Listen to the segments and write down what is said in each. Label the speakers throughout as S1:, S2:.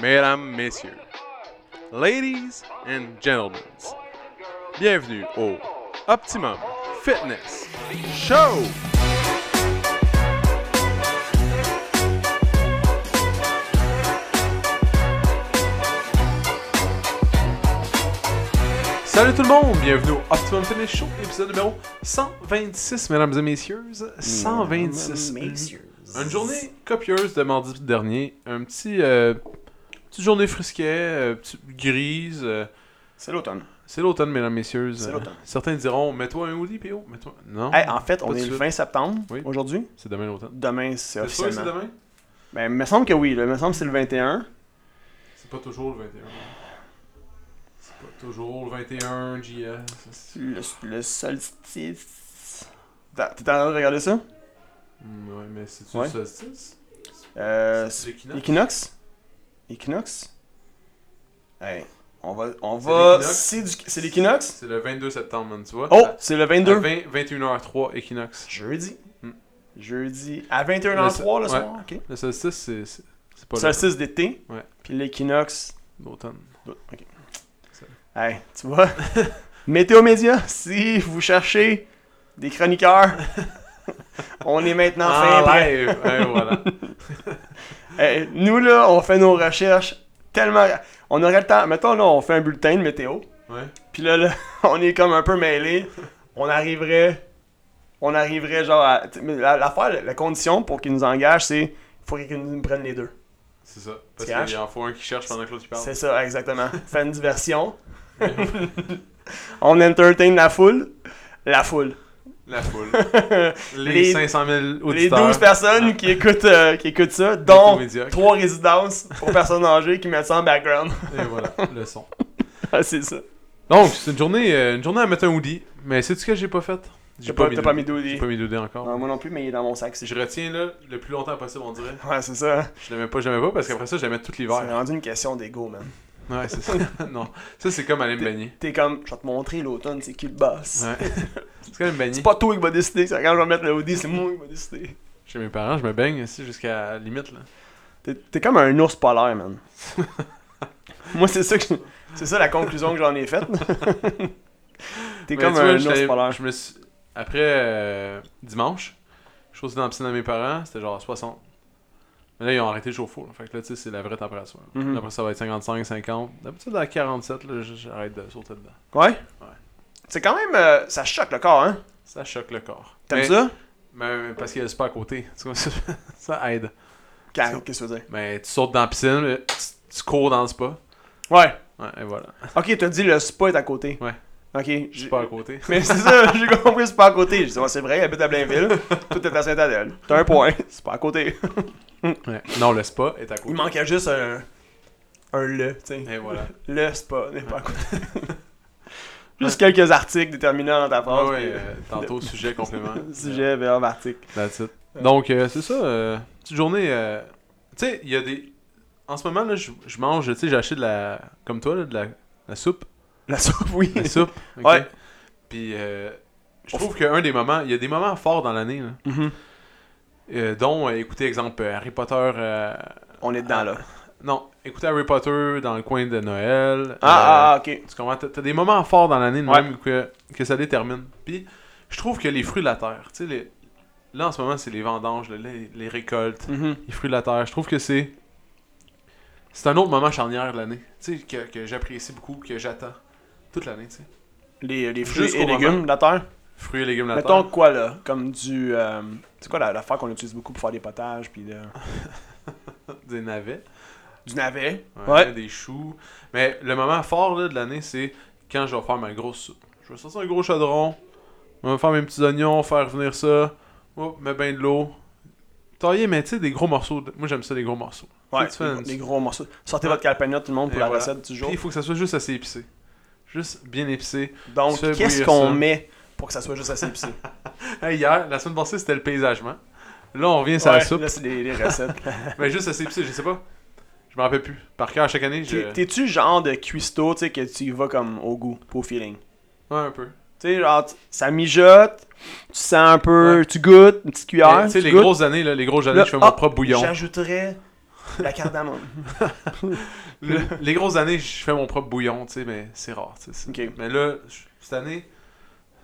S1: mesdames, messieurs, ladies and gentlemen, bienvenue au Optimum Fitness Show! Salut tout le monde, bienvenue au Optimum Fitness Show, épisode numéro 126, mesdames et messieurs, 126. Une journée copieuse de mardi dernier. Un petit. euh, petite journée frisquet, euh, petite grise. euh,
S2: C'est l'automne.
S1: c'est l'automne, mesdames, messieurs.
S2: C'est
S1: Euh,
S2: l'automne.
S1: Certains diront mets-toi un hoodie, PO. Mets-toi. Non.
S2: Hey, en fait,
S1: Pas
S2: on
S1: de
S2: est le
S1: suite.
S2: 20 septembre
S1: Oui.
S2: aujourd'hui.
S1: C'est demain l'automne.
S2: Demain, c'est
S1: T'es sûr que c'est
S2: officiellement.
S1: demain
S2: Ben, me semble que oui. Là. Me semble que c'est le 21.
S1: C'est pas toujours le 21. C'est pas toujours le 21, JS.
S2: Le, le solstice. T'as- T'es en train de regarder ça?
S1: Hmm, ouais, mais c'est-tu
S2: Ouais.
S1: le solstice
S2: Euh,
S1: C'est l'équinoxe.
S2: Equinox? Equinox? Hey, on va... On
S1: C'est
S2: va...
S1: l'équinoxe.
S2: C'est du- c'est l'équinoxe?
S1: C'est le 22 septembre, man, tu vois.
S2: Oh, c'est le
S1: À
S2: 22.
S1: 20 21h03, équinoxe.
S2: Jeudi.
S1: Hmm.
S2: Jeudi. À 21h03 le
S1: Ouais.
S2: soir. ok.
S1: Le solstice, c'est. c'est- C'est pas l'automne.
S2: Solstice d'été.
S1: Ouais.
S2: Puis l'équinoxe
S1: l'automne.
S2: Ok.
S1: Ça.
S2: Hey, tu vois, Météo Média, si vous cherchez des chroniqueurs, on est maintenant fin
S1: En
S2: prêt.
S1: live. Ah, Ouais, voilà.
S2: Hey, nous, là, on fait nos recherches tellement... On aurait le temps... Mettons, là, on fait un bulletin de météo,
S1: Ouais.
S2: puis là, là, on est comme un peu mêlé. On arriverait... On arriverait, genre, à... t'sais, mais la- L'affaire, la, la condition pour qu'ils nous engagent, c'est... faut qu'ils nous prennent les deux.
S1: C'est ça. Parce
S2: Tiens.
S1: qu'il y en faut un qui cherche pendant que l'autre il parle.
S2: C'est ça, exactement. Fait une diversion. on entertain la foule. La foule.
S1: La foule. Les,
S2: Les-
S1: 500 000 auditeurs.
S2: les 12 personnes qui écoutent, euh, qui écoutent ça,
S1: Plutôt
S2: dont
S1: médiocres.
S2: 3 résidences pour personnes âgées qui mettent ça en background.
S1: Et voilà, le son.
S2: Ah, c'est ça.
S1: Donc, c'est une journée, euh, une journée à mettre un hoodie. Mais c'est tu ce que j'ai pas fait
S2: T'as pas, t'as pas mis
S1: d'hoodie. J'ai
S2: d'hoodie.
S1: pas mis d'hoodie encore.
S2: Non, moi non plus, mais il est dans mon sac. c'est-
S1: Je retiens là, le plus longtemps possible, on dirait.
S2: Ouais, c'est ça.
S1: Je l'aimais pas, je l'aimais pas, parce qu'après ça, je l'aimais tout
S2: C'est
S1: l'hiver.
S2: rendu une question d'ego, man.
S1: Ouais, c'est ça. non. Ça, c'est comme aller me baigner.
S2: T'es comme, je vais te montrer l'automne, c'est qui le boss.
S1: Ouais. C'est comme aller me baigner.
S2: C'est pas toi qui va décider, c'est quand je vais mettre le hoodie, c'est moi qui va décider.
S1: Chez mes parents, je me baigne aussi jusqu'à la limite. là.
S2: T'es, t'es comme un ours polaire, man. moi, c'est ça que je- C'est ça la conclusion que j'en ai faite.
S1: Mais Ben, tu
S2: t'es comme
S1: vois,
S2: un ours
S1: j'étais-
S2: polaire.
S1: Je me suis... Après euh, dimanche, je suis aussi dans la piscine de mes parents, c'était genre 60. Mais là, ils ont arrêté le chauffe-eau. là. Fait que là, tu sais, c'est la vraie température. là.
S2: Mhm.
S1: Après, ça va être 55, 50. D'habitude, à 47, là, j- j'arrête de sauter dedans.
S2: Ouais?
S1: Ouais.
S2: C'est quand même. euh, ça choque le corps, hein?
S1: Ça choque le corps.
S2: T'aimes
S1: Mais-
S2: ça?
S1: mais euh, parce qu'il y a le spa à côté. Tu vois, ça, ça aide.
S2: Quand- Qu'est-ce que tu veux dire?
S1: Mais tu sautes dans la piscine, mais tu, tu cours dans le spa.
S2: Ouais.
S1: Ouais, et voilà.
S2: Ok, t'as dit le spa est à côté.
S1: Ouais.
S2: Ok.
S1: Je
S2: j'ai-
S1: suis pas à côté.
S2: Mais c'est ça, j'ai compris, c'est pas à côté. J'ai dit, ouais, c'est vrai, il habite à Blainville. Tout est à Saint-Adèle. T'as un point, c'est pas à côté.
S1: Ouais. Non, le spa est à côté.
S2: Il manquait juste un. Un le, tu sais.
S1: Et voilà.
S2: Le spa n'est pas à côté. juste quelques articles déterminants dans ta
S1: Ah
S2: phrase.
S1: ouais,
S2: puis,
S1: euh, tantôt, sujet, complément.
S2: Sujet, verbe, article.
S1: That's it. Donc, euh, c'est ça. euh, petite journée. euh, tu sais, il y a des. En ce moment, là, je je mange, tu sais, j'achète de la. Comme toi, là, de la, la soupe.
S2: La soupe, oui.
S1: La soupe. ok?
S2: Ouais.
S1: Puis, euh, je trouve qu'un des moments. Il y a des moments forts dans l'année, là,
S2: Mhm.
S1: euh, dont, euh, écoutez, exemple, euh, Harry Potter. euh,
S2: On est dedans, là.
S1: non, écoutez Harry Potter dans le coin de Noël.
S2: Ah, ah, ah, ok.
S1: euh, Tu comprends? T'as t'as des moments forts dans l'année, de
S2: Ouais.
S1: même que, que ça détermine. Puis, je trouve que les fruits de la terre, tu sais, les- là, en ce moment, c'est les vendanges, là, les- les récoltes
S2: Mhm.
S1: les fruits de la terre. Je trouve que c'est. C'est un autre moment charnière de l'année. Tu sais, que, que j'apprécie beaucoup, que j'attends toute l'année, tu sais.
S2: Les, les fruits
S1: Jusqu'au
S2: et légumes de la terre.
S1: Fruits et légumes de la
S2: Mettons
S1: terre.
S2: quoi là Comme du. euh, c'est quoi la- l'affaire qu'on utilise beaucoup pour faire des potages puis de-
S1: Des navets.
S2: Du navet.
S1: Ouais,
S2: Ouais.
S1: Des choux. Mais le moment fort là, de l'année, c'est quand je vais faire ma grosse soupe. Je vais sortir un gros chaudron. Je vais me faire mes petits oignons, faire venir ça. Oh, mets bien de l'eau. Tailler, mais tu sais, des gros morceaux. de- Moi, j'aime ça, des gros morceaux.
S2: Ouais,
S1: Tu fais
S2: des,
S1: une-
S2: des gros morceaux. Sortez
S1: Ouais.
S2: votre calpagnotte tout le monde pour
S1: Et
S2: la
S1: voilà.
S2: recette du jour.
S1: Puis, il faut que ça soit juste assez épicé. Juste bien épicé.
S2: Donc,
S1: fais
S2: qu'est-ce
S1: bouillir
S2: qu'on
S1: ça.
S2: met pour que ça soit juste assez épicé
S1: Hey, hier, la semaine passée, c'était le paysagement. Là, on revient sur la
S2: Ouais,
S1: soupe.
S2: Là, c'est les, les recettes.
S1: Mais juste assez épicé, je sais pas. Je m'en rappelle plus. Par cœur, chaque année, je.
S2: T'es- T'es-tu genre de cuistot, tu sais, que tu y vas comme au goût, au feeling
S1: Ouais, un peu.
S2: Tu sais, genre, t- ça mijote, tu sens un peu, tu goûtes, une petite
S1: Mais,
S2: cuillère.
S1: tu sais, les grosses années, là, les grosses années,
S2: Là,
S1: je fais mon
S2: ah,
S1: propre bouillon.
S2: J'ajouterais La cardamome.
S1: Le- les grosses années, je fais mon propre bouillon, tu sais, mais c'est rare. tu sais, c'est-
S2: Ok.
S1: Mais là, je- cette année,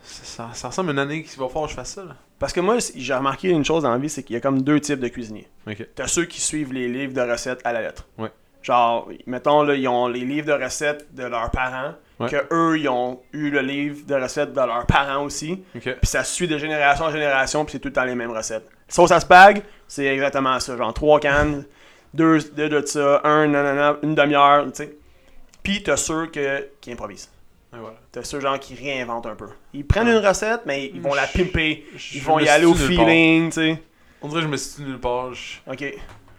S1: ça, ça ressemble à une année qu'il va falloir que je fasse ça. Là.
S2: Parce que moi, j'ai remarqué une chose dans la vie, c'est qu'il y a comme deux types de cuisiniers.
S1: Ok.
S2: T'as ceux qui suivent les livres de recettes à la lettre.
S1: Ouais.
S2: Genre, mettons, là, ils ont les livres de recettes de leurs parents,
S1: Ouais.
S2: que eux, ils ont eu le livre de recettes de leurs parents aussi,
S1: Ok.
S2: puis ça suit de génération en génération, puis c'est tout le temps les mêmes recettes. Sauce à spag, c'est exactement ça, genre trois cannes, deux, deux de ça, un nanana, une demi-heure, tu sais. Puis t'as ceux que, qui improvisent.
S1: Et voilà.
S2: T'as ceux genre qui réinventent un peu. Ils prennent une recette, mais ils vont la
S1: Je-
S2: pimper.
S1: Je
S2: Ils vont
S1: me
S2: y aller au
S1: situe nulle part.
S2: feeling, tu sais.
S1: On dirait que je me situe nulle part. je-
S2: Ok.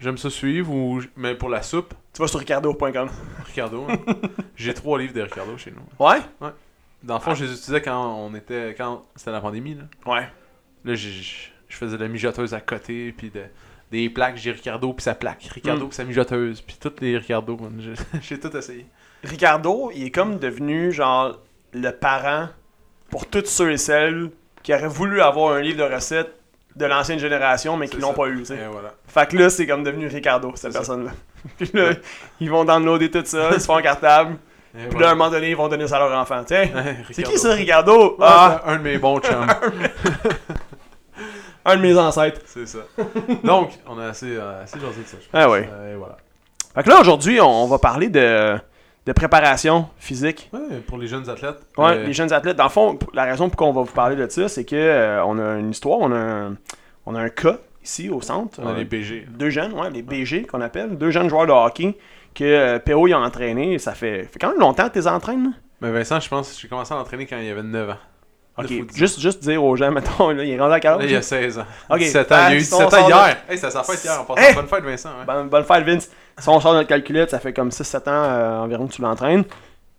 S1: J'aime ça suivre, ou je- mais pour la soupe,
S2: Tu vas sur ricardo.com.
S1: Ricardo. hein. J'ai trois livres de Ricardo chez nous.
S2: Ouais?
S1: Dans le fond, je les utilisais quand on était. quand c'était la pandémie. Là,
S2: Ouais.
S1: là j'ai- je je faisais de la mijoteuse à côté, puis de- des plaques. J'ai Ricardo, puis sa plaque. Ricardo,
S2: Mm.
S1: puis sa mijoteuse. Puis toutes les Ricardo. man, j'ai- J'ai tout essayé.
S2: Ricardo, il est comme devenu genre le parent pour toutes ceux et celles qui auraient voulu avoir un livre de recettes de l'ancienne génération, mais qui
S1: C'est
S2: l'ont
S1: ça.
S2: pas eu, tu sais.
S1: Et voilà.
S2: Fait que là, c'est comme devenu Ricardo,
S1: C'est
S2: cette
S1: ça.
S2: personne-là. Puis là, ils vont downloader tout ça, ils se font un cartable,
S1: Et
S2: puis là, à
S1: voilà.
S2: un moment donné, ils vont donner ça à leur enfant. Tiens,
S1: Hein,
S2: c'est
S1: Ricardo.
S2: qui ça, Ricardo?
S1: Ouais,
S2: Ah,
S1: c'est un de mes bons chums.
S2: un de mes ancêtres.
S1: c'est ça. Donc, on a assez, euh, assez jasé de ça, je pense.
S2: Ah ouais.
S1: Euh, et voilà.
S2: Fait que là, aujourd'hui, on va parler de, de préparation physique.
S1: Ouais, pour les jeunes athlètes.
S2: Ouais,
S1: euh,
S2: les jeunes athlètes, dans le fond, p- la raison pour qu'on va vous parler de ça, c'est que euh, on a une histoire, on a un, on a un cas ici au centre.
S1: on a
S2: Euh,
S1: les BG.
S2: Deux jeunes, ouais, les BG qu'on appelle, deux jeunes joueurs de hockey que euh, PO y a entraîné. Ça fait, fait quand même longtemps que tu les entraînes.
S1: Mais Vincent, je pense que j'ai commencé à l'entraîner quand il avait 9 ans.
S2: là?
S1: Le foot.
S2: Ok, juste, juste dire aux gens, mettons, là, il est rendu à
S1: Là, il y a
S2: 40.
S1: 16 ans.
S2: Ok,
S1: 17 ans. Il y a eu
S2: si
S1: 17
S2: on
S1: ans
S2: sort
S1: hier. Hey, c'est sa fête hier. On passe
S2: Hey!
S1: bonne fête, Vincent. hein. ouais.
S2: Bonne, bonne fête, Vince. Si on sort notre calculette, ça fait comme 6-7 ans euh, environ que tu l'entraînes.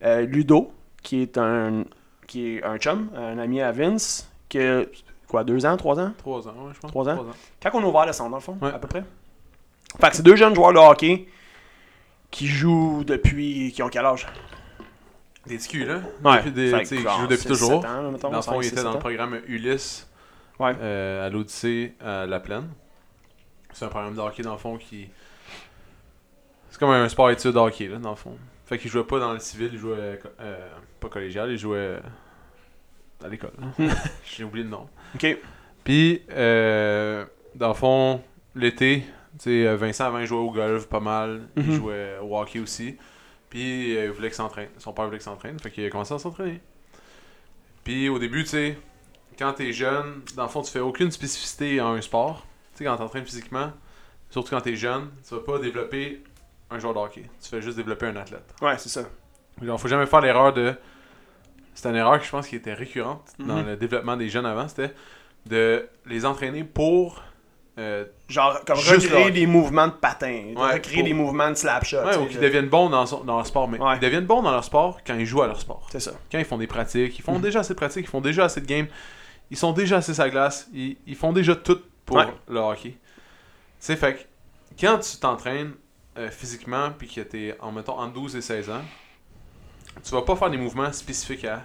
S2: Euh, Ludo, qui est un qui est un chum, un ami à Vince, qui a quoi, deux ans, trois ans?
S1: 3 ans, ouais, je pense.
S2: Trois ans?
S1: Trois
S2: Quand on a ouvert le centre, dans le fond,
S1: Ouais.
S2: à peu près. Fait que c'est deux jeunes joueurs de hockey qui jouent depuis. qui ont quel âge
S1: Des TQ, là.
S2: Ouais.
S1: Depuis des,
S2: Fait
S1: tu sais,
S2: que
S1: qui
S2: genre
S1: jouent depuis
S2: six,
S1: toujours.
S2: sept ans, là, mettons,
S1: Dans le fond,
S2: cinq,
S1: il
S2: six,
S1: était dans
S2: sept
S1: le
S2: ans.
S1: programme Ulysse
S2: Ouais.
S1: euh, à l'Odyssée à La Plaine. C'est un programme de hockey, dans le fond, qui. C'est comme un sport études de hockey, là, dans le fond. Fait qu'il jouait pas dans le civil, il jouait. euh, co- euh, pas collégial, il jouait. euh, à l'école. J'ai oublié le nom.
S2: Ok.
S1: Puis, euh, dans le fond, l'été, tu sais, euh, Vincent avant, il jouait au golf pas mal. Il
S2: Mhm.
S1: jouait au hockey aussi. Puis, euh, il voulait qu'il s'entraîne. Son père voulait qu'il s'entraîne. Fait qu'il a commencé à s'entraîner. Puis, au début, tu sais, quand t'es jeune, dans le fond, tu fais aucune spécificité à un sport. Tu sais, quand t'entraînes physiquement, surtout quand t'es jeune, tu vas pas développer un joueur de hockey. Tu fais juste développer un athlète.
S2: Ouais, c'est ça.
S1: Genre, faut jamais faire l'erreur de. C'est une erreur que je pense qui était récurrente dans
S2: Mhm.
S1: le développement des jeunes avant, c'était de les entraîner pour. euh,
S2: Genre, comme
S1: Juste
S2: recréer
S1: le-
S2: des mouvements de patin,
S1: Ouais,
S2: recréer
S1: pour-
S2: des mouvements de slap shot.
S1: ouais,
S2: tu
S1: ou
S2: sais,
S1: qu'ils
S2: là.
S1: deviennent bons dans, son- dans leur sport, mais
S2: euh, Ouais.
S1: ils deviennent bons dans leur sport quand ils jouent à leur sport.
S2: C'est ça.
S1: Quand ils font des pratiques, ils font
S2: Mhm.
S1: déjà assez de pratiques, ils font déjà assez de games, ils sont déjà assez sur la glace, ils, ils font déjà tout pour
S2: Ouais.
S1: le hockey. Tu sais, fait que quand tu t'entraînes euh, physiquement puis que t'es en mettons entre 12 et 16 ans, tu vas pas faire des mouvements spécifiques à,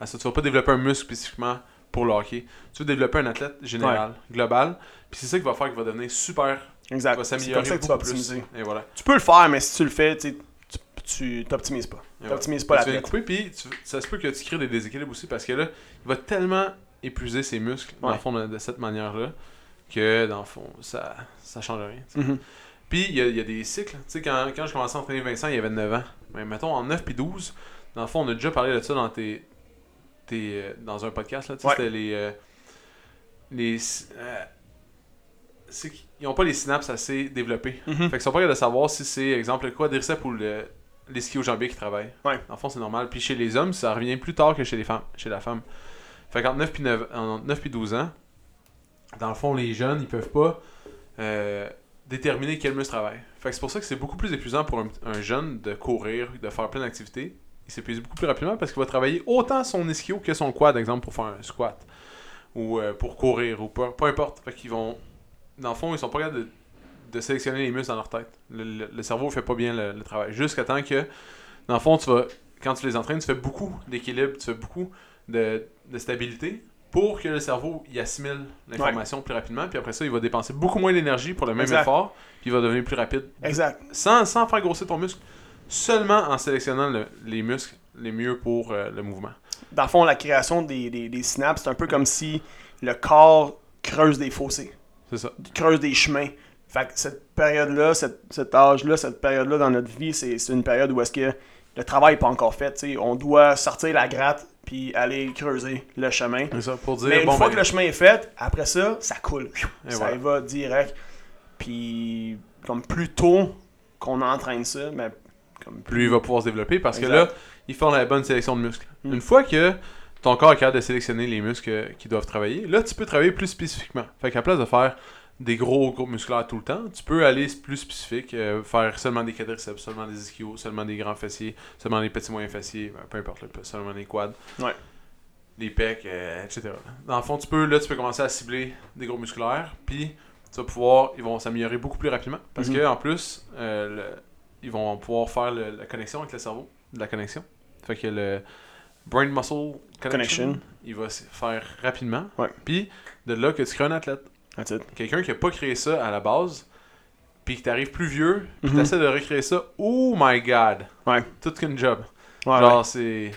S1: à ça. Tu vas pas développer un muscle spécifiquement pour le hockey. Tu vas développer un athlète général, global. Puis c'est ça qui va faire qu'il va devenir super, il
S2: Exact.
S1: va
S2: Ah, C'est
S1: s'améliorer
S2: comme ça que tu vas
S1: beaucoup plus.
S2: optimiser.
S1: Et voilà.
S2: Tu peux le faire, mais si tu le fais, tu sais, tu- tu t'optimises pas.
S1: Et voilà.
S2: T'optimises pas la
S1: tu vas le
S2: tête.
S1: couper, puis tu- ça se peut que tu crées des déséquilibres aussi parce que là, il va tellement épuiser ses muscles, dans le
S2: Ouais.
S1: fond, de, de cette manière-là, que dans le fond, ça, ça change rien. tu sais.
S2: Mhm.
S1: Puis il y a, il y a des cycles. Tu sais, quand, quand je commençais à entraîner Vincent, il avait 9 ans. Mais mettons, en 9 puis 12, dans le fond, on a déjà parlé de ça dans tes. tes, euh, dans un podcast, là. Tu sais,
S2: Ouais.
S1: c'était les. euh, les. euh, c'est qu'ils- ils n'ont pas les synapses assez développées.
S2: Mhm.
S1: Fait qu'ils sont pas capables de savoir si c'est, exemple, le quadriceps ou le, les skis au jambier qui travaillent.
S2: Ouais.
S1: En fond, c'est normal. Puis chez les hommes, ça revient plus tard que chez les femmes, chez la femme. Fait qu'entre 9 puis 9, entre 9 puis 12 ans, dans le fond, les jeunes, ils peuvent pas euh, déterminer quel muscle travaille. Fait que c'est pour ça que c'est beaucoup plus épuisant pour un, un jeune de courir, de faire plein d'activités. Il s'épuise beaucoup plus rapidement parce qu'il va travailler autant son ischio que son quad, exemple, pour faire un squat ou euh, pour courir ou peu, peu importe. Fait qu'ils vont. Dans le fond, ils sont pas capables de, de sélectionner les muscles dans leur tête. Le, le- le cerveau fait pas bien le, le travail. Jusqu'à temps que, dans le fond, tu vas, quand tu les entraînes, tu fais beaucoup d'équilibre, tu fais beaucoup de, de stabilité. pour que le cerveau y assimile l'information plus rapidement. Puis après ça, il va dépenser beaucoup moins d'énergie pour le même
S2: Exact.
S1: effort. Puis il va devenir plus rapide.
S2: Exact.
S1: Sans, sans faire grossir ton muscle. Seulement en sélectionnant le- les muscles les mieux pour euh, le mouvement.
S2: Dans le fond, la création des, des- des synapses, c'est un peu comme si le corps creuse des fossés,
S1: C'est ça.
S2: creuse des chemins. Fait que cette période-là, cette, cet âge-là, cette période-là dans notre vie, c'est c'est une période où est-ce que le travail n'est pas encore fait. tu sais. On doit sortir la gratte puis aller creuser le chemin.
S1: C'est ça. Pour dire,
S2: Mais une
S1: bon,
S2: fois
S1: ben,
S2: que le chemin est fait, après ça, ça coule.
S1: Et
S2: ça
S1: voilà.
S2: y va direct. Puis, comme plus tôt qu'on entraîne ça, ben, comme
S1: plus il va pouvoir se développer parce que
S2: Exact.
S1: là, ils font la bonne sélection de muscles.
S2: Mm.
S1: Une fois que ton corps est capable de sélectionner les muscles qui doivent travailler, là, tu peux travailler plus spécifiquement. Fait qu'à place de faire des gros groupes musculaires tout le temps, tu peux aller plus spécifique, euh, faire seulement des quadriceps, seulement des ischios, seulement des grands fessiers, seulement des petits moyens fessiers, ben, peu importe, là, seulement des quads.
S2: Ouais.
S1: Les pecs, euh, etc. Dans le fond, tu peux, là, tu peux commencer à cibler des groupes musculaires, puis tu vas pouvoir, ils vont s'améliorer beaucoup plus rapidement. Parce
S2: Mhm.
S1: que en plus, euh, le- ils vont pouvoir faire le- la connexion avec le cerveau, de la connexion. Fait que le brain muscle connection,
S2: Connection.
S1: il va se faire rapidement.
S2: Ouais.
S1: Puis de là que tu crées un athlète,
S2: That's it.
S1: quelqu'un qui a pas créé ça à la base, puis que t'arrives plus vieux, puis
S2: Mhm.
S1: t'essaies de recréer ça, oh my god,
S2: Ouais.
S1: tout qu'une job.
S2: Ouais,
S1: Genre
S2: ouais.
S1: c'est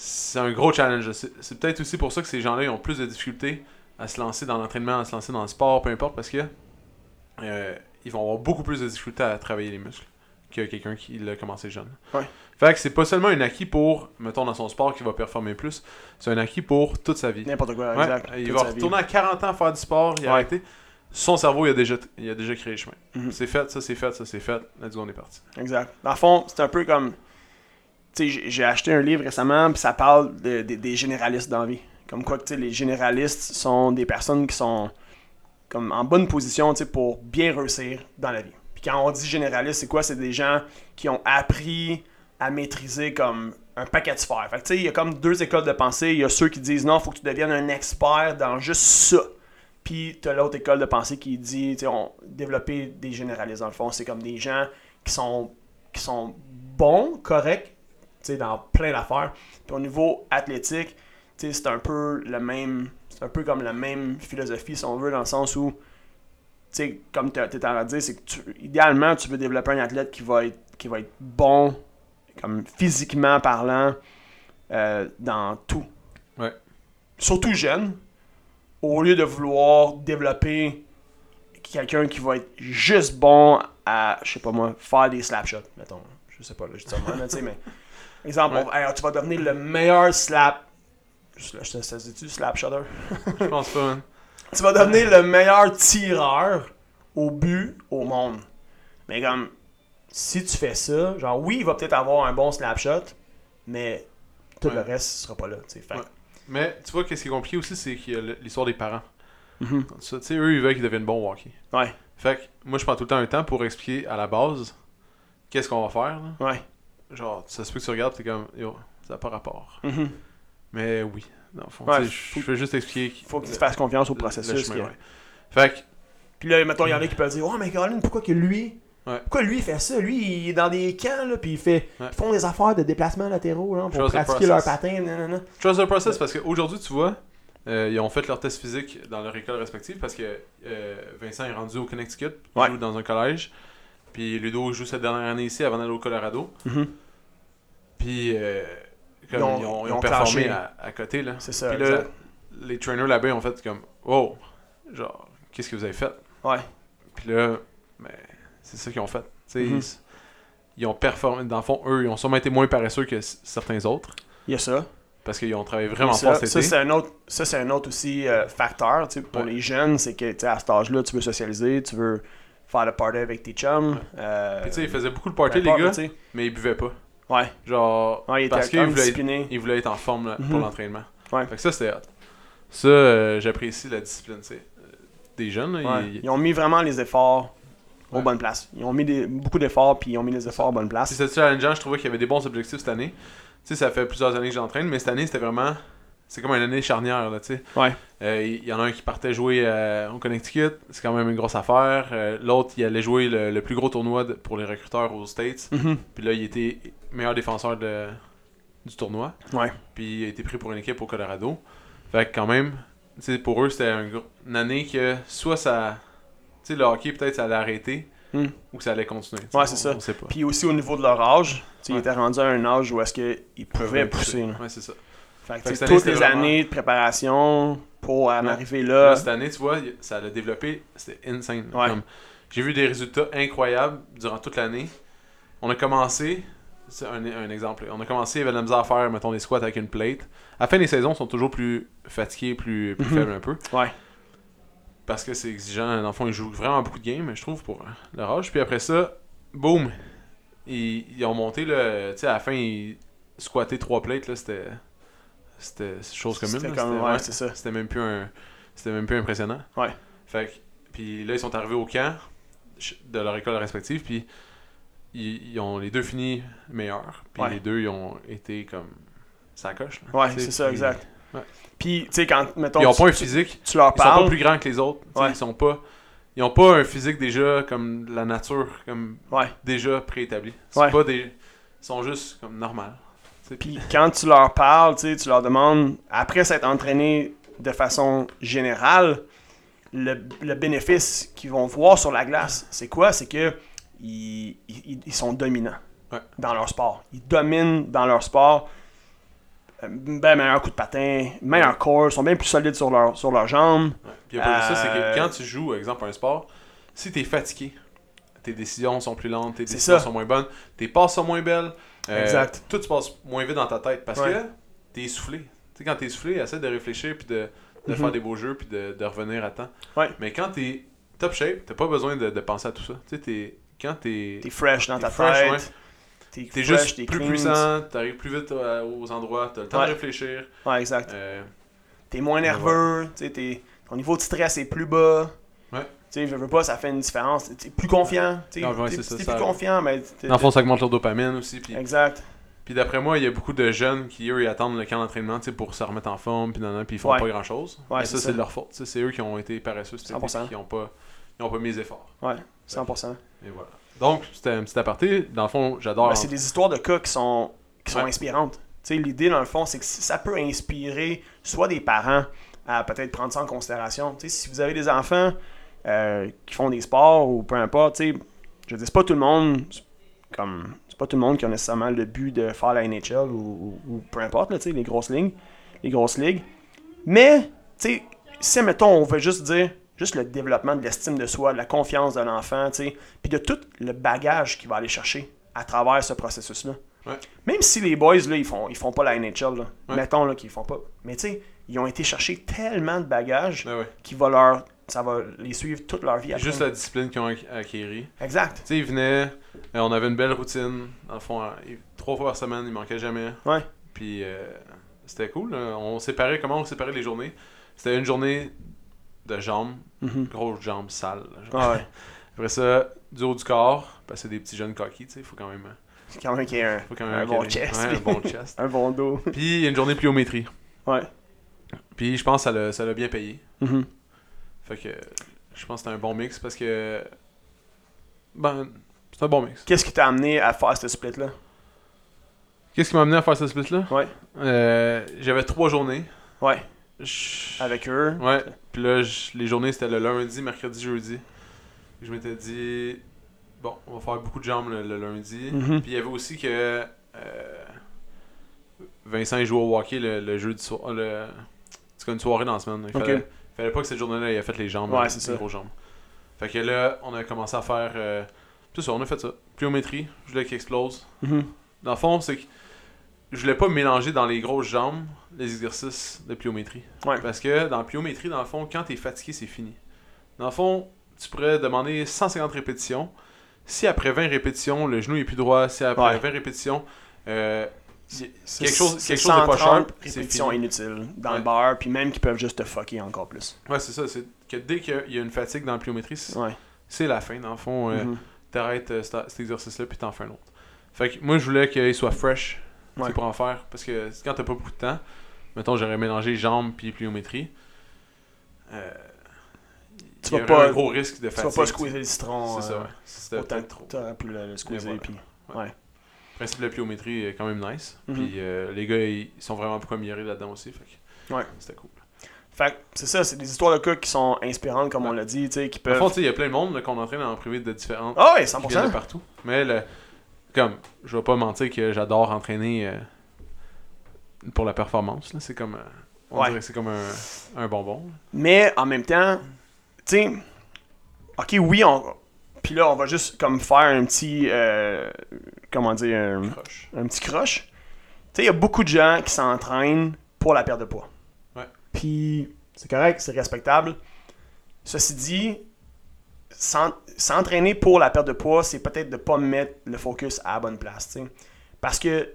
S1: c'est un gros challenge. C'est c'est peut-être aussi pour ça que ces gens-là ils ont plus de difficultés à se lancer dans l'entraînement, à se lancer dans le sport, peu importe, parce que euh, ils vont avoir beaucoup plus de difficultés à travailler les muscles que quelqu'un qui l'a commencé jeune.
S2: Ouais.
S1: Fait que c'est pas seulement un acquis pour, mettons, dans son sport qui va performer plus, c'est un acquis pour toute sa vie.
S2: N'importe quoi,
S1: Ouais,
S2: exact.
S1: Il
S2: Toute
S1: va
S2: sa vie.
S1: retourner à 40 ans faire du sport, il a
S2: Ouais.
S1: arrêté. Son cerveau, il a déjà, il a déjà créé le chemin.
S2: Mhm.
S1: C'est fait, ça c'est fait, ça c'est fait. Let's go, on est parti.
S2: Exact. Dans le fond, c'est un peu comme. Tu sais, j'ai- j'ai acheté un livre récemment, puis ça parle de- de- des généralistes dans la vie. Comme quoi, que, tu sais, les généralistes sont des personnes qui sont comme en bonne position, tu sais, pour bien réussir dans la vie. Puis quand on dit généraliste, c'est quoi C'est des gens qui ont appris à maîtriser comme un paquet de sphères. Fait que, tu sais, il y a comme deux écoles de pensée. Il y a ceux qui disent non, faut que tu deviennes un expert dans juste ça. Puis t'as l'autre école de pensée qui dit, tu sais, on développer des généralistes dans le fond, c'est comme des gens qui sont qui sont bons, corrects, tu sais, dans plein d'affaires. Puis au niveau athlétique, tu sais, c'est un peu le même, c'est un peu comme la même philosophie si on veut dans le sens où, tu sais, comme tu es en train de dire, c'est que tu- idéalement tu veux développer un athlète qui va être qui va être bon, comme physiquement parlant, euh, dans tout.
S1: Ouais.
S2: Surtout jeune, au lieu de vouloir développer quelqu'un qui va être juste bon à, je sais pas moi, faire des slap shots, mettons. Je sais pas, là, je dis ça de même, mais tu sais, mais. Exemple,
S1: Ouais.
S2: on- hey, tu vas devenir le meilleur slap. Je- là, je- Ça se dit-tu, slap shotter?
S1: Je pense pas, man.
S2: Tu vas devenir le meilleur tireur au but au monde. Mais comme, si tu fais ça, genre, oui, il va peut-être avoir un bon slap shot, mais tout le
S1: Ouais.
S2: reste, ce sera pas là, tu sais. Fait que-
S1: Ouais. Mais tu vois, qu'est-ce qui est compliqué aussi, c'est qu'il y a le- l'histoire des parents. Ça, Tu sais, eux, ils veulent qu'ils deviennent bons au hockey.
S2: Ouais,
S1: Fait que moi, je prends tout le temps un temps pour expliquer à la base qu'est-ce qu'on va faire. là.
S2: ouais.
S1: Genre, ça se peut que tu regardes, t'es comme, yo, ça n'a pas rapport.
S2: Mhm.
S1: Mais oui, dans le fond,
S2: Ouais,
S1: tu sais, je-
S2: faut-
S1: je veux juste expliquer. qu'il
S2: Faut que tu fasses confiance au processus. qu'il y a.
S1: Fait que,
S2: Puis là, mettons, il y en a qui peuvent dire Oh, mais Colin, pourquoi que lui
S1: Ouais.
S2: Pourquoi lui fait ça Lui, il est dans des camps, là, puis il fait,
S1: Ouais.
S2: ils font des affaires de déplacement latéraux là, pour
S1: Trust the
S2: pratiquer leur
S1: process.
S2: patin. nan, nan, nan.
S1: trust the process, parce qu'aujourd'hui, tu vois, euh, ils ont fait leur test physique dans leur école respective parce que euh, Vincent est rendu au Connecticut, il
S2: Ouais.
S1: joue dans un collège. Puis Ludo joue cette dernière année ici avant d'aller au Colorado.
S2: Mm-hmm.
S1: Puis euh, comme, ils, ont, ils ont performé
S2: clashé.
S1: à, à côté. Là.
S2: C'est ça.
S1: Puis là,
S2: exact.
S1: les trainers là-bas ils ont fait comme Oh, genre, qu'est-ce que vous avez fait
S2: Ouais.
S1: Puis là, ben, c'est ça qu'ils ont fait. Tu sais,
S2: Mhm.
S1: ils- Ils ont performé, dans le fond, eux, ils ont sûrement été moins paresseux que s- certains autres
S2: Il y a ça.
S1: parce qu'ils ont travaillé vraiment
S2: ça,
S1: fort cet
S2: ça,
S1: été.
S2: c'est un autre, ça, c'est un autre aussi euh, facteur tu sais, pour
S1: Ouais.
S2: les jeunes. C'est que tu sais, à cet âge-là, tu veux socialiser, tu veux faire le party avec tes chums.
S1: Ouais.
S2: euh,
S1: Puis tu sais, ils faisaient beaucoup de
S2: peu
S1: party, les
S2: importe,
S1: gars,
S2: tu sais.
S1: mais ils buvaient pas.
S2: Ouais.
S1: Genre,
S2: ouais, il était
S1: parce qu'ils voulaient, être-
S2: discipliné.
S1: ils voulaient être en forme là, pour
S2: Mhm.
S1: l'entraînement.
S2: Ouais.
S1: Fait que ça, c'était hot. Ça, euh, j'apprécie la discipline, tu sais. Euh, Des jeunes, là,
S2: Ouais.
S1: ils-
S2: Ils ont mis vraiment les efforts
S1: Ouais.
S2: aux bonnes places. Ils ont mis des- beaucoup d'efforts, puis ils ont mis les efforts aux bonnes places.
S1: C'est ça, challengeant, je trouvais qu'il y avait des bons objectifs cette année. Tu sais, ça fait plusieurs années que j'entraîne, mais cette année, c'était vraiment. C'est comme une année charnière, là, tu sais.
S2: Ouais.
S1: Euh, Il y en a un qui partait jouer euh, au Connecticut, c'est quand même une grosse affaire. Euh, L'autre, il allait jouer le, le plus gros tournoi de- pour les recruteurs aux States.
S2: Mhm.
S1: Puis là, il était meilleur défenseur de- du tournoi.
S2: Ouais.
S1: Puis il a été pris pour une équipe au Colorado. Fait que quand même, tu sais, pour eux, c'était un gros- une année que soit ça. Tu sais, le hockey, peut-être, ça allait arrêter
S2: Hmm.
S1: ou que ça allait continuer. tu sais,
S2: Ouais, c'est
S1: on-
S2: ça.
S1: On sait pas.
S2: Puis aussi au niveau de leur âge, tu sais, ils
S1: Ouais.
S2: étaient rendus à un âge où est-ce qu'ils pouvaient pousser. là.
S1: Ouais, c'est ça.
S2: Fait
S1: Fait
S2: que,
S1: que
S2: tu sais,
S1: cette année,
S2: toutes
S1: c'était
S2: les
S1: vraiment-
S2: années de préparation pour en
S1: Ouais.
S2: arriver
S1: Là,
S2: là.
S1: cette année, tu vois, y- ça l'a développé, c'était insane.
S2: Ouais.
S1: Comme, J'ai vu des résultats incroyables durant toute l'année. On a commencé, c'est un, un exemple, on a commencé, il y avait de la misère à faire, mettons, des squats avec une plate. À la fin des saisons, ils sont toujours plus fatigués, plus, plus
S2: Mhm.
S1: faibles un peu.
S2: Ouais.
S1: Parce que c'est exigeant. Dans le fond, ils jouent vraiment beaucoup de games, je trouve, pour leur âge. Puis après ça, boum, ils, ils ont monté, le, tu sais, à la fin, ils squattaient trois plates, là, c'était... C'était chose commune.
S2: C'était
S1: là,
S2: comme-
S1: c'était-
S2: ouais,
S1: ouais.
S2: c'est ça.
S1: C'était même plus un... C'était même plus impressionnant.
S2: Ouais.
S1: Fait que- Puis là, ils sont arrivés au camp ch- de leur école respective, puis ils, ils ont les deux fini meilleurs. Puis
S2: Ouais.
S1: les deux, ils ont été comme... Ça coche, là.
S2: Ouais,
S1: Tu sais,
S2: c'est ça,
S1: puis-
S2: exact.
S1: Ouais.
S2: Puis, tu sais, quand, mettons,
S1: Ils ont
S2: tu,
S1: pas un
S2: tu-
S1: physique
S2: tu leur
S1: ils sont
S2: parles.
S1: pas plus grands que les autres. tu sais,
S2: Ouais.
S1: Ils sont pas. Ils ont pas un physique déjà comme la nature, comme
S2: Ouais.
S1: déjà préétabli. C'est
S2: Ouais.
S1: pas des. Ils sont juste comme normal. tu sais.
S2: Puis quand tu leur parles, tu sais, tu leur demandes, après s'être entraîné de façon générale, le, le bénéfice qu'ils vont voir sur la glace, c'est quoi? C'est que ils, ils- ils sont dominants
S1: Ouais.
S2: dans leur sport. Ils dominent dans leur sport. Euh, Ben meilleur coup de patin, meilleur corps, sont bien plus solides sur, leur, sur leurs jambes.
S1: Puis il y a pas juste ça, c'est
S2: Euh,
S1: que quand tu joues, par exemple, un sport, si t'es fatigué, tes décisions sont plus lentes, tes
S2: C'est
S1: décisions
S2: ça.
S1: sont moins bonnes, tes passes sont moins belles. euh,
S2: Exact.
S1: Tout se passe moins vite dans ta tête parce
S2: Ouais.
S1: que t'es essoufflé. Tu sais, quand t'es essoufflé, essaie de réfléchir puis de, de
S2: Mhm.
S1: faire des beaux jeux puis de, de revenir à temps.
S2: Ouais.
S1: Mais quand t'es top shape, t'as pas besoin de, de penser à tout ça. Tu sais, t'es- quand t'es
S2: T'es fresh dans
S1: T'es
S2: ta
S1: fresh,
S2: tête.
S1: ouais.
S2: T'es
S1: T'es
S2: fresh,
S1: juste
S2: t'es
S1: plus
S2: clean.
S1: puissant, t'arrives plus vite euh, aux endroits, t'as le temps
S2: Ouais.
S1: de réfléchir.
S2: Ouais, exact.
S1: euh,
S2: T'es moins nerveux, tu sais, t'es- ton niveau de stress est plus bas.
S1: Ouais.
S2: Tu sais, je veux pas, ça fait une différence. T'es plus confiant. Tu
S1: Ah, ouais,
S2: t'es,
S1: c'est ça,
S2: t'es
S1: ça-
S2: plus confiant, mais. t'es-
S1: Dans le fond, ça augmente leur dopamine aussi. Puis,
S2: Exact.
S1: puis d'après moi, il y a beaucoup de jeunes qui, eux, ils attendent le camp d'entraînement tu sais, pour se remettre en forme, puis, nan, nan, puis ils font
S2: Ouais.
S1: pas grand-chose.
S2: Ouais,
S1: Mais
S2: c'est
S1: ça,
S2: ça.
S1: c'est de leur faute. tu sais, C'est eux qui ont été paresseux, cet été,
S2: 100%.
S1: puis qui ont pas, ils ont pas mis les efforts.
S2: Ouais, 100%.
S1: Et voilà. Donc, c'était un petit aparté. Dans le fond, j'adore.
S2: Ben, c'est des histoires de cas qui sont, qui sont
S1: Ouais.
S2: inspirantes. Tu sais, l'idée, dans le fond, c'est que si- ça peut inspirer soit des parents à peut-être prendre ça en considération. Tu sais, si vous avez des enfants euh, qui font des sports ou peu importe, tu sais, je dis c'est pas tout le monde c'est comme c'est pas tout le monde qui a nécessairement le but de faire la NHL ou, ou- ou peu importe, là, tu sais, les grosses lignes, les grosses ligues. Mais, tu sais, si, mettons, on veut juste dire juste le développement de l'estime de soi, de la confiance de l'enfant, tu sais, puis de tout le bagage qu'il va aller chercher à travers ce processus-là.
S1: Ouais.
S2: Même si les boys, là, ils font, ils font pas la NHL, là.
S1: Ouais.
S2: mettons là, qu'ils font pas. Mais tu sais, ils ont été chercher tellement de bagages
S1: ben Ouais, ouais.
S2: qui va leur... Ça va les suivre toute leur vie.
S1: Puis
S2: après.
S1: Juste la discipline qu'ils ont acqu- acquérie.
S2: Exact.
S1: Tu sais, ils venaient, euh, on avait une belle routine. Dans le fond, euh, ils- trois fois par semaine, ils manquaient jamais.
S2: Ouais.
S1: Puis euh, c'était cool. là. On séparait, comment on séparait les journées C'était une journée de jambes,
S2: Mhm.
S1: grosses jambes sales. là, genre.
S2: Ah ouais.
S1: Après ça, du haut du corps, parce que c'est des petits jeunes coquilles, tu sais, faut quand même.
S2: C'est quand même qu'il y ait un,
S1: Faut quand même
S2: un bon
S1: qu'il y ait-
S2: chest.
S1: ouais, un
S2: puis-
S1: bon chest.
S2: un bon dos.
S1: Puis une journée de pliométrie.
S2: Ouais.
S1: Puis je pense que ça l'a- ça l'a bien payé.
S2: Mhm.
S1: Fait que je pense que c'était un bon mix parce que. Ben, c'est un bon mix.
S2: Qu'est-ce qui t'a amené à faire ce split-là?
S1: Qu'est-ce qui m'a amené à faire ce split-là
S2: Ouais.
S1: Euh, J'avais trois journées.
S2: Ouais.
S1: Je-
S2: Avec eux.
S1: Ouais. Puis là, je- les journées, c'était le lundi, mercredi, jeudi. Je m'étais dit, bon, on va faire beaucoup de jambes le, le lundi.
S2: Mhm.
S1: Puis il y avait aussi que euh, Vincent il jouait au hockey le, le jeudi soir. Le... C'est comme une soirée dans la semaine. Il
S2: Ok.
S1: fallait, fallait pas que cette journée-là, il ait fait les jambes.
S2: Ouais,
S1: les-
S2: c'est
S1: les
S2: ça.
S1: grosses jambes. Fait que là, on a commencé à faire. euh, tout ça, on a fait ça. Pliométrie, je voulais qu'il explose.
S2: Mhm.
S1: Dans le fond, c'est que je voulais pas mélanger dans les grosses jambes les exercices de pliométrie.
S2: Ouais.
S1: Parce que dans la pliométrie, dans le fond, quand t'es fatigué, c'est fini. Dans le fond, tu pourrais demander 150 répétitions. Si après 20 répétitions, le genou est plus droit, si après
S2: Ouais.
S1: 20 répétitions, euh, y-
S2: C'est-
S1: quelque chose,
S2: c'est
S1: quelque chose de pas
S2: 130
S1: sharp, c'est
S2: répétitions
S1: fini.
S2: inutiles dans le
S1: Ouais.
S2: bar, puis même qui peuvent juste te fucker encore plus.
S1: Ouais, c'est ça. C'est que dès qu'il y a- il y a une fatigue dans la pliométrie, c'est
S2: Ouais.
S1: c'est la fin. Dans le fond, euh,
S2: Mhm.
S1: t'arrêtes euh, cet cet exercice-là, puis t'en fais un autre. Fait que moi, je voulais qu'il soit fresh. tu sais,
S2: Ouais.
S1: pour en faire. Parce que quand t'as pas beaucoup de temps, mettons, j'aurais mélangé jambes puis pliométrie. Euh,
S2: Tu
S1: il y
S2: vas
S1: aurait
S2: pas-
S1: un gros risque de
S2: Tu
S1: fatigue.
S2: vas pas squeezer le citron
S1: C'est ça,
S2: euh,
S1: ouais. C'était
S2: autant
S1: peut-être
S2: que
S1: trop.
S2: t'aurais pu le, le squeezer.
S1: voilà.
S2: puis-
S1: Le principe de la pliométrie est quand même nice.
S2: Mhm.
S1: Puis euh, les gars, ils sont vraiment beaucoup améliorés là-dedans aussi. Fait que
S2: Ouais.
S1: C'était cool.
S2: Fait que c'est ça, c'est des histoires de cas qui sont inspirantes, comme on l'a dit, tu sais, qui
S1: En
S2: peuvent.
S1: fond, tu sais, il y a plein de monde là, qu'on entraîne en privé de différentes.
S2: Ah ouais,
S1: qui viennent de
S2: 100%.
S1: partout. Mais le- comme, je vais pas mentir que j'adore entraîner euh, pour la performance. là. C'est comme, euh, on
S2: Ouais.
S1: dirait que c'est comme un, un bonbon. là.
S2: Mais en même temps, tu sais, ok, oui, on. Puis là, on va juste comme faire un petit. euh, comment dire un,
S1: Croche.
S2: un petit crush. Tu sais, il y a beaucoup de gens qui s'entraînent pour la perte de poids.
S1: Ouais.
S2: Puis c'est correct, c'est respectable. Ceci dit, s'en- s'entraîner pour la perte de poids, c'est peut-être de ne pas mettre le focus à la bonne place. tu sais. Parce que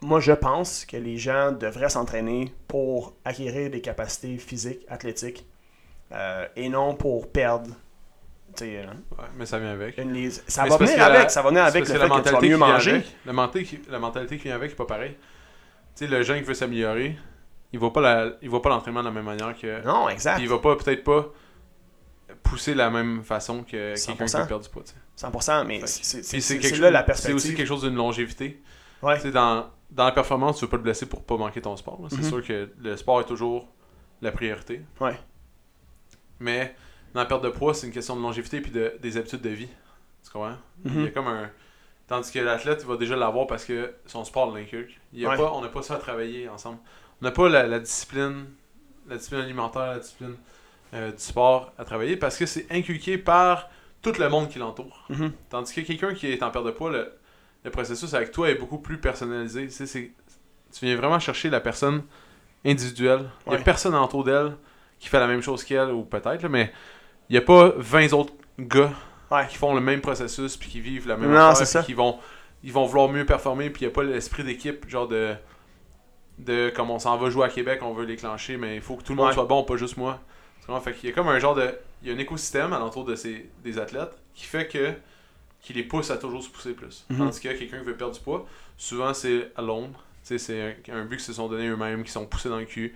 S2: moi, je pense que les gens devraient s'entraîner pour acquérir des capacités physiques, athlétiques, euh, et non pour perdre. tu sais, euh,
S1: Ouais, mais ça vient avec.
S2: une lise- ça,
S1: Mais
S2: va
S1: c'est parce
S2: venir
S1: que la-
S2: avec ça va venir
S1: c'est
S2: avec
S1: parce
S2: le fait que tu vas
S1: qui
S2: mieux
S1: vient
S2: manger.
S1: avec- la, mentalité qui, la mentalité qui vient avec est pas pareil. Tu sais, le jeune qui veut s'améliorer, il voit pas la- il voit pas l'entraînement de la même manière que.
S2: Non, exact.
S1: puis il va pas peut-être pas pousser de la même façon que quelqu'un qui
S2: 100%.
S1: a perdu du poids. tu sais.
S2: 100%, mais
S1: Fait que-
S2: c'est- c'est
S1: Puis c'est
S2: c'est- c'est-
S1: quelque
S2: c'est là
S1: chose-
S2: la
S1: C'est
S2: perspective.
S1: aussi quelque chose d'une longévité.
S2: Ouais.
S1: Tu sais, dans, dans la performance, tu veux pas te blesser pour pas manquer ton sport. là. C'est
S2: Mhm.
S1: sûr que le sport est toujours la priorité.
S2: Ouais.
S1: Mais dans la perte de poids, c'est une question de longévité puis de, des habitudes de vie. Tu comprends? Il y a
S2: Mhm.
S1: comme un. Tandis que l'athlète, il va déjà l'avoir parce que son sport l'inculque. Il y a
S2: Ouais.
S1: pas, on n'a pas ça à travailler ensemble. On n'a pas la, la discipline, la discipline alimentaire, la discipline euh, du sport à travailler parce que c'est inculqué par tout le monde qui l'entoure.
S2: Mhm.
S1: Tandis que quelqu'un qui est en perte de poids, le, le processus avec toi est beaucoup plus personnalisé. Tu, sais, c'est- tu viens vraiment chercher la personne individuelle. Il n'y
S2: Ouais.
S1: a personne autour d'elle qui fait la même chose qu'elle, ou peut-être, là, mais il n'y a pas 20 autres gars
S2: Ouais.
S1: qui font le même processus, puis qui vivent la même
S2: Non, c'est
S1: chose,
S2: ça.
S1: puis qui vont, ils vont vouloir mieux performer, puis il n'y a pas l'esprit d'équipe, genre de, de comme on s'en va jouer à Québec, on veut l'éclencher, mais il faut que tout le monde
S2: Ouais.
S1: soit bon, pas juste moi. Tu comprends? Fait qu'il y a comme un genre de. Il y a un écosystème alentour de ces, des athlètes qui fait que qui les pousse à toujours se pousser plus.
S2: Mhm.
S1: Tandis que quelqu'un qui veut perdre du poids, souvent c'est à l'ombre. Tu sais, C'est un, un but qu'ils se sont donné eux-mêmes, qu'ils sont poussés dans le cul.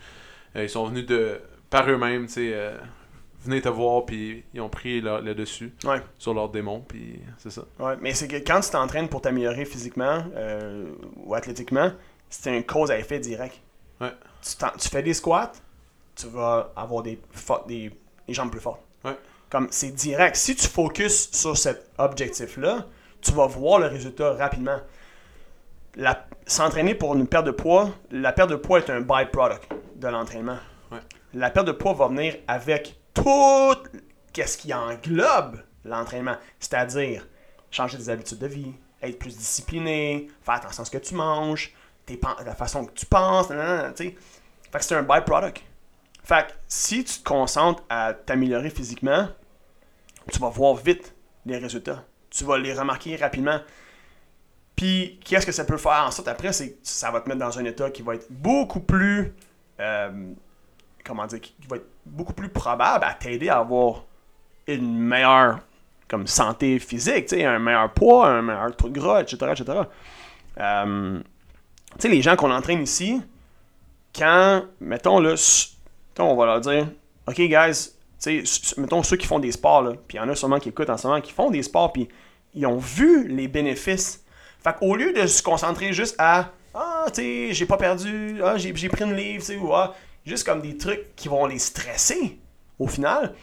S1: Euh, ils sont venus de par eux-mêmes, tu sais, euh, venez te voir, puis ils ont pris leur- le dessus
S2: Ouais.
S1: sur leur démon, puis c'est ça.
S2: Ouais, mais c'est que quand tu t'entraînes pour t'améliorer physiquement euh, ou athlétiquement, c'est une cause à effet direct.
S1: Ouais.
S2: Tu, t'en- tu fais des squats, tu vas avoir des, fo- des, des jambes plus fortes.
S1: Ouais.
S2: Comme c'est direct. Si tu focuses sur cet objectif-là, tu vas voir le résultat rapidement. La- S'entraîner pour une perte de poids, la perte de poids est un byproduct de l'entraînement.
S1: Ouais.
S2: La perte de poids va venir avec tout qu'est-ce qui englobe l'entraînement, c'est-à-dire changer des habitudes de vie, être plus discipliné, faire attention à ce que tu manges, tes pen- la façon que tu penses, nanana, tu sais. Fait que c'est un byproduct. Fait que si tu te concentres à t'améliorer physiquement, tu vas voir vite les résultats. Tu vas les remarquer rapidement. Puis, qu'est-ce que ça peut faire ensuite après, c'est que ça va te mettre dans un état qui va être beaucoup plus. euh, comment dire, qui va être beaucoup plus probable à t'aider à avoir une meilleure comme santé physique, tu sais, un meilleur poids, un meilleur taux de gras, etc. etc. Euh, tu sais, les gens qu'on entraîne ici, quand, mettons, là, s- mettons, on va leur dire, OK, guys, tu sais, s- mettons ceux qui font des sports, là, puis il y en a sûrement qui écoutent en ce moment, qui font des sports, puis ils ont vu les bénéfices. Fait qu'au lieu de se concentrer juste à, ah, tu sais, j'ai pas perdu, ah, j'ai j'ai pris une livre, tu sais, ou ah, juste comme des trucs qui vont les stresser, au final,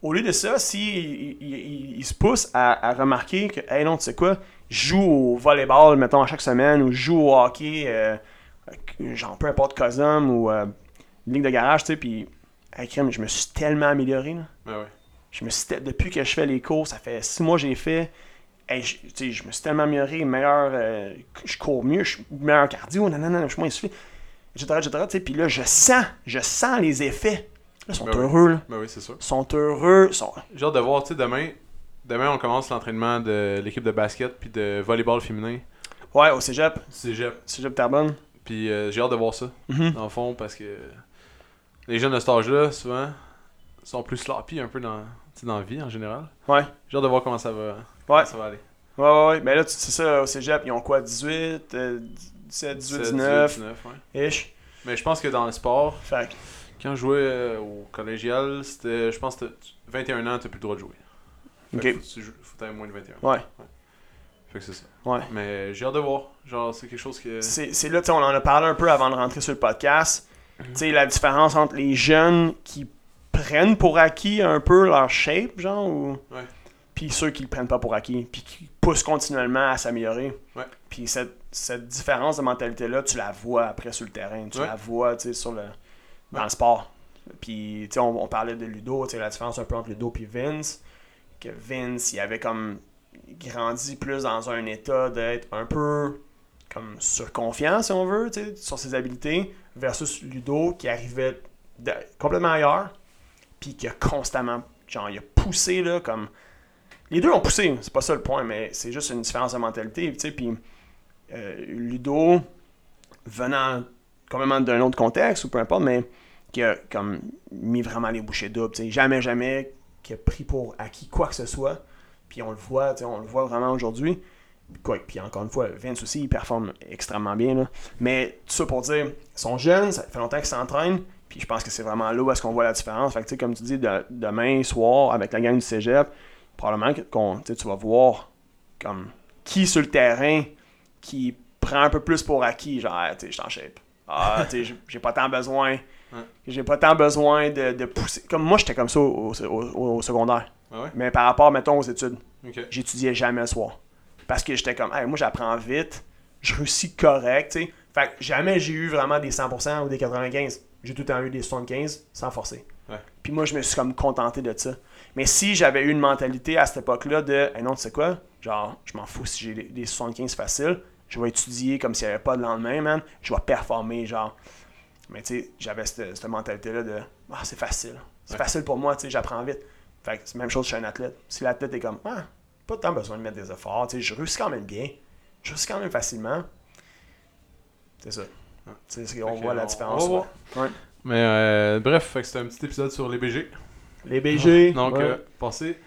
S2: au lieu de ça, si il, il- il- il se pousse à, à remarquer que, hey non, tu sais quoi, je joue au volleyball, mettons, à chaque semaine, ou je joue au hockey, euh, euh, genre peu importe Cosum ou euh, ligue de garage, tu sais, puis, hey crème, je me suis tellement amélioré, là.
S1: Mais Ben ouais.
S2: Je me suis te- depuis que je fais les cours, ça fait six mois que j'ai fait. Hey, je, tu sais, je me suis tellement amélioré, meilleur, euh, je cours mieux, je suis meilleur cardio, nanana, je suis moins essoufflé, etc., etc. tu sais. Puis là, je sens, je sens les effets. Là, ils sont
S1: Ben oui.
S2: heureux, là.
S1: Mais oui, c'est sûr.
S2: Ils sont heureux, ils sont...
S1: Genre de voir, tu sais, demain, demain on commence l'entraînement de l'équipe de basket puis de volleyball féminin.
S2: Ouais, au cégep,
S1: Cégep.
S2: cégep Terrebonne.
S1: Puis euh, j'ai hâte de voir ça,
S2: Mhm.
S1: dans le fond, parce que les jeunes de cet âge-là, souvent, sont plus sloppy un peu dans, tu sais, dans la vie en général.
S2: Ouais.
S1: J'ai hâte de voir comment ça va, comment
S2: Ouais.
S1: ça va aller.
S2: Ouais, ouais, ouais. Ben là, tu- c'est ça, au cégep, ils ont quoi, 18, euh, 17, 18,
S1: 17,
S2: 19,
S1: 19, ouais.
S2: ish.
S1: Mais je pense que dans le sport,
S2: Fait que,
S1: quand je jouais euh, au collégial, c'était, je pense que t'as- 21 ans, t'as plus le droit de jouer. Fait que
S2: ok.
S1: Faut, que tu joues- faut que t'aies moins de 21.
S2: Ouais,
S1: Fait que c'est ça.
S2: ouais.
S1: Mais j'ai hâte de voir. Genre, c'est quelque chose que.
S2: C'est c'est là, tu sais, on en a parlé un peu avant de rentrer sur le podcast.
S1: Mhm.
S2: Tu sais, la différence entre les jeunes qui prennent pour acquis un peu leur shape, genre, ou...
S1: Ouais.
S2: puis ceux qui le prennent pas pour acquis, puis qui poussent continuellement à s'améliorer.
S1: Ouais.
S2: Puis cette, cette différence de mentalité-là, tu la vois après sur le terrain, tu
S1: Ouais.
S2: la vois, tu sais, sur le... dans
S1: Ouais.
S2: le sport. Puis, tu sais, on, on parlait de Ludo, tu sais, la différence un peu entre Ludo puis Vince, que Vince, il avait comme grandi plus dans un état d'être un peu comme surconfiant, si on veut, tu sais, sur ses habilités, versus Ludo qui arrivait de- complètement ailleurs, puis qui a constamment, genre, il a poussé, là, comme... Les deux ont poussé, c'est pas ça le point, mais c'est juste une différence de mentalité, tu sais, puis euh, Ludo, venant complètement d'un autre contexte, ou peu importe, mais qui a, comme, mis vraiment les bouchées doubles, tu sais, jamais, jamais, qui a pris pour acquis quoi que ce soit, puis on le voit, tu sais, on le voit vraiment aujourd'hui, Quoi, puis encore une fois, Vince aussi, il performe extrêmement bien. Là. Mais tout ça pour dire, ils sont jeunes, ça fait longtemps qu'ils s'entraînent, puis je pense que c'est vraiment là où est-ce qu'on voit la différence. Fait que, tu sais, comme tu dis, de- demain soir, avec la gang du cégep, probablement que qu'on- tu sais, tu vas voir comme qui sur le terrain qui prend un peu plus pour acquis. Genre, Ah, tu sais, je t'en shape. Ah, tu sais, j'ai- j'ai pas tant besoin. J'ai pas tant besoin de, de pousser. Comme moi, j'étais comme ça au- au- au- au secondaire.
S1: Ah ouais?
S2: Mais par rapport, mettons, aux études
S1: Ok.
S2: j'étudiais jamais le soir. Parce que j'étais comme, hey, moi j'apprends vite, je réussis correct, tu sais. Fait que jamais j'ai eu vraiment des 100% ou des 95. J'ai tout le temps eu des 75 sans forcer.
S1: Ouais.
S2: Puis moi, je me suis comme contenté de ça. Mais si j'avais eu une mentalité à cette époque-là de, hey, non, tu sais quoi, genre, je m'en fous si j'ai des- des 75 faciles, je vais étudier comme s'il n'y avait pas de lendemain, man, je vais performer, genre. Mais tu sais, j'avais cette, cette mentalité-là de, ah, c'est facile. C'est
S1: Ouais.
S2: facile pour moi, tu sais, j'apprends vite. Fait que c'est la même chose chez un athlète. Si l'athlète est comme, ah, pas tant besoin de mettre des efforts. Tu sais, je réussis quand même bien. Je réussis quand même facilement. C'est ça.
S1: Ouais.
S2: Tu sais, on
S1: Fait que
S2: voit la
S1: on-
S2: différence.
S1: on va
S2: ouais. Ouais.
S1: Mais euh, bref, fait que c'était un petit épisode sur les BG.
S2: Les BG.
S1: Donc,
S2: ouais.
S1: euh, passez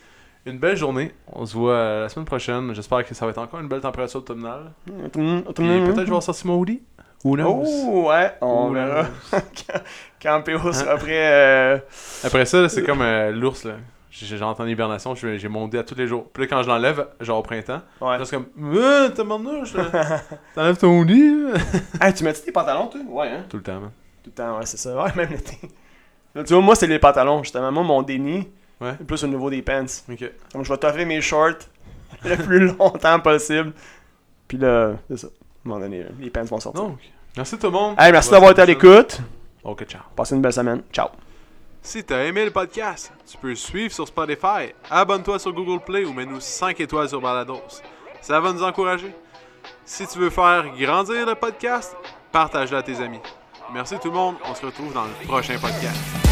S1: une belle journée. On se voit euh, la semaine prochaine. J'espère que ça va être encore une belle température automnale. Puis peut-être je vais sortir mon hoodie. Who knows?
S2: Mm-hmm. Oh, ouais, on
S1: Who
S2: verra.
S1: knows?
S2: Quand- Quand PO sera prêt. euh,
S1: Après ça, là, c'est comme euh, l'ours. là. J'ai j'ai entendu hibernation, j'ai j'ai mon hoodie à tous les jours. Puis là, quand je l'enlève, genre au printemps,
S2: Ouais.
S1: là, c'est comme Euh, T'as mon mouche, là. T'enlèves ton hoodie là.
S2: Hey, tu mets-tu tes pantalons, toi Ouais, hein.
S1: Tout le temps, man.
S2: Tout le temps, ouais, c'est ça. Ouais, même l'été. Là, Tu vois, moi, c'est les pantalons. Justement, moi, mon déni,
S1: Ouais.
S2: plus au niveau des pants.
S1: Ok.
S2: Donc, je vais toffer mes shorts le plus longtemps possible. Puis là, c'est ça. À un moment donné, les pants vont sortir.
S1: Donc, merci tout le monde.
S2: Hey, merci
S1: On va
S2: d'avoir
S1: se
S2: été à
S1: dire-
S2: l'écoute.
S1: Ok, ciao.
S2: Passez une belle semaine. Ciao.
S1: Si t'as aimé le podcast, tu peux le suivre sur Spotify, abonne-toi sur Google Play ou mets-nous 5 étoiles sur Balados. Ça va nous encourager. Si tu veux faire grandir le podcast, partage-le à tes amis. Merci tout le monde, on se retrouve dans le prochain podcast.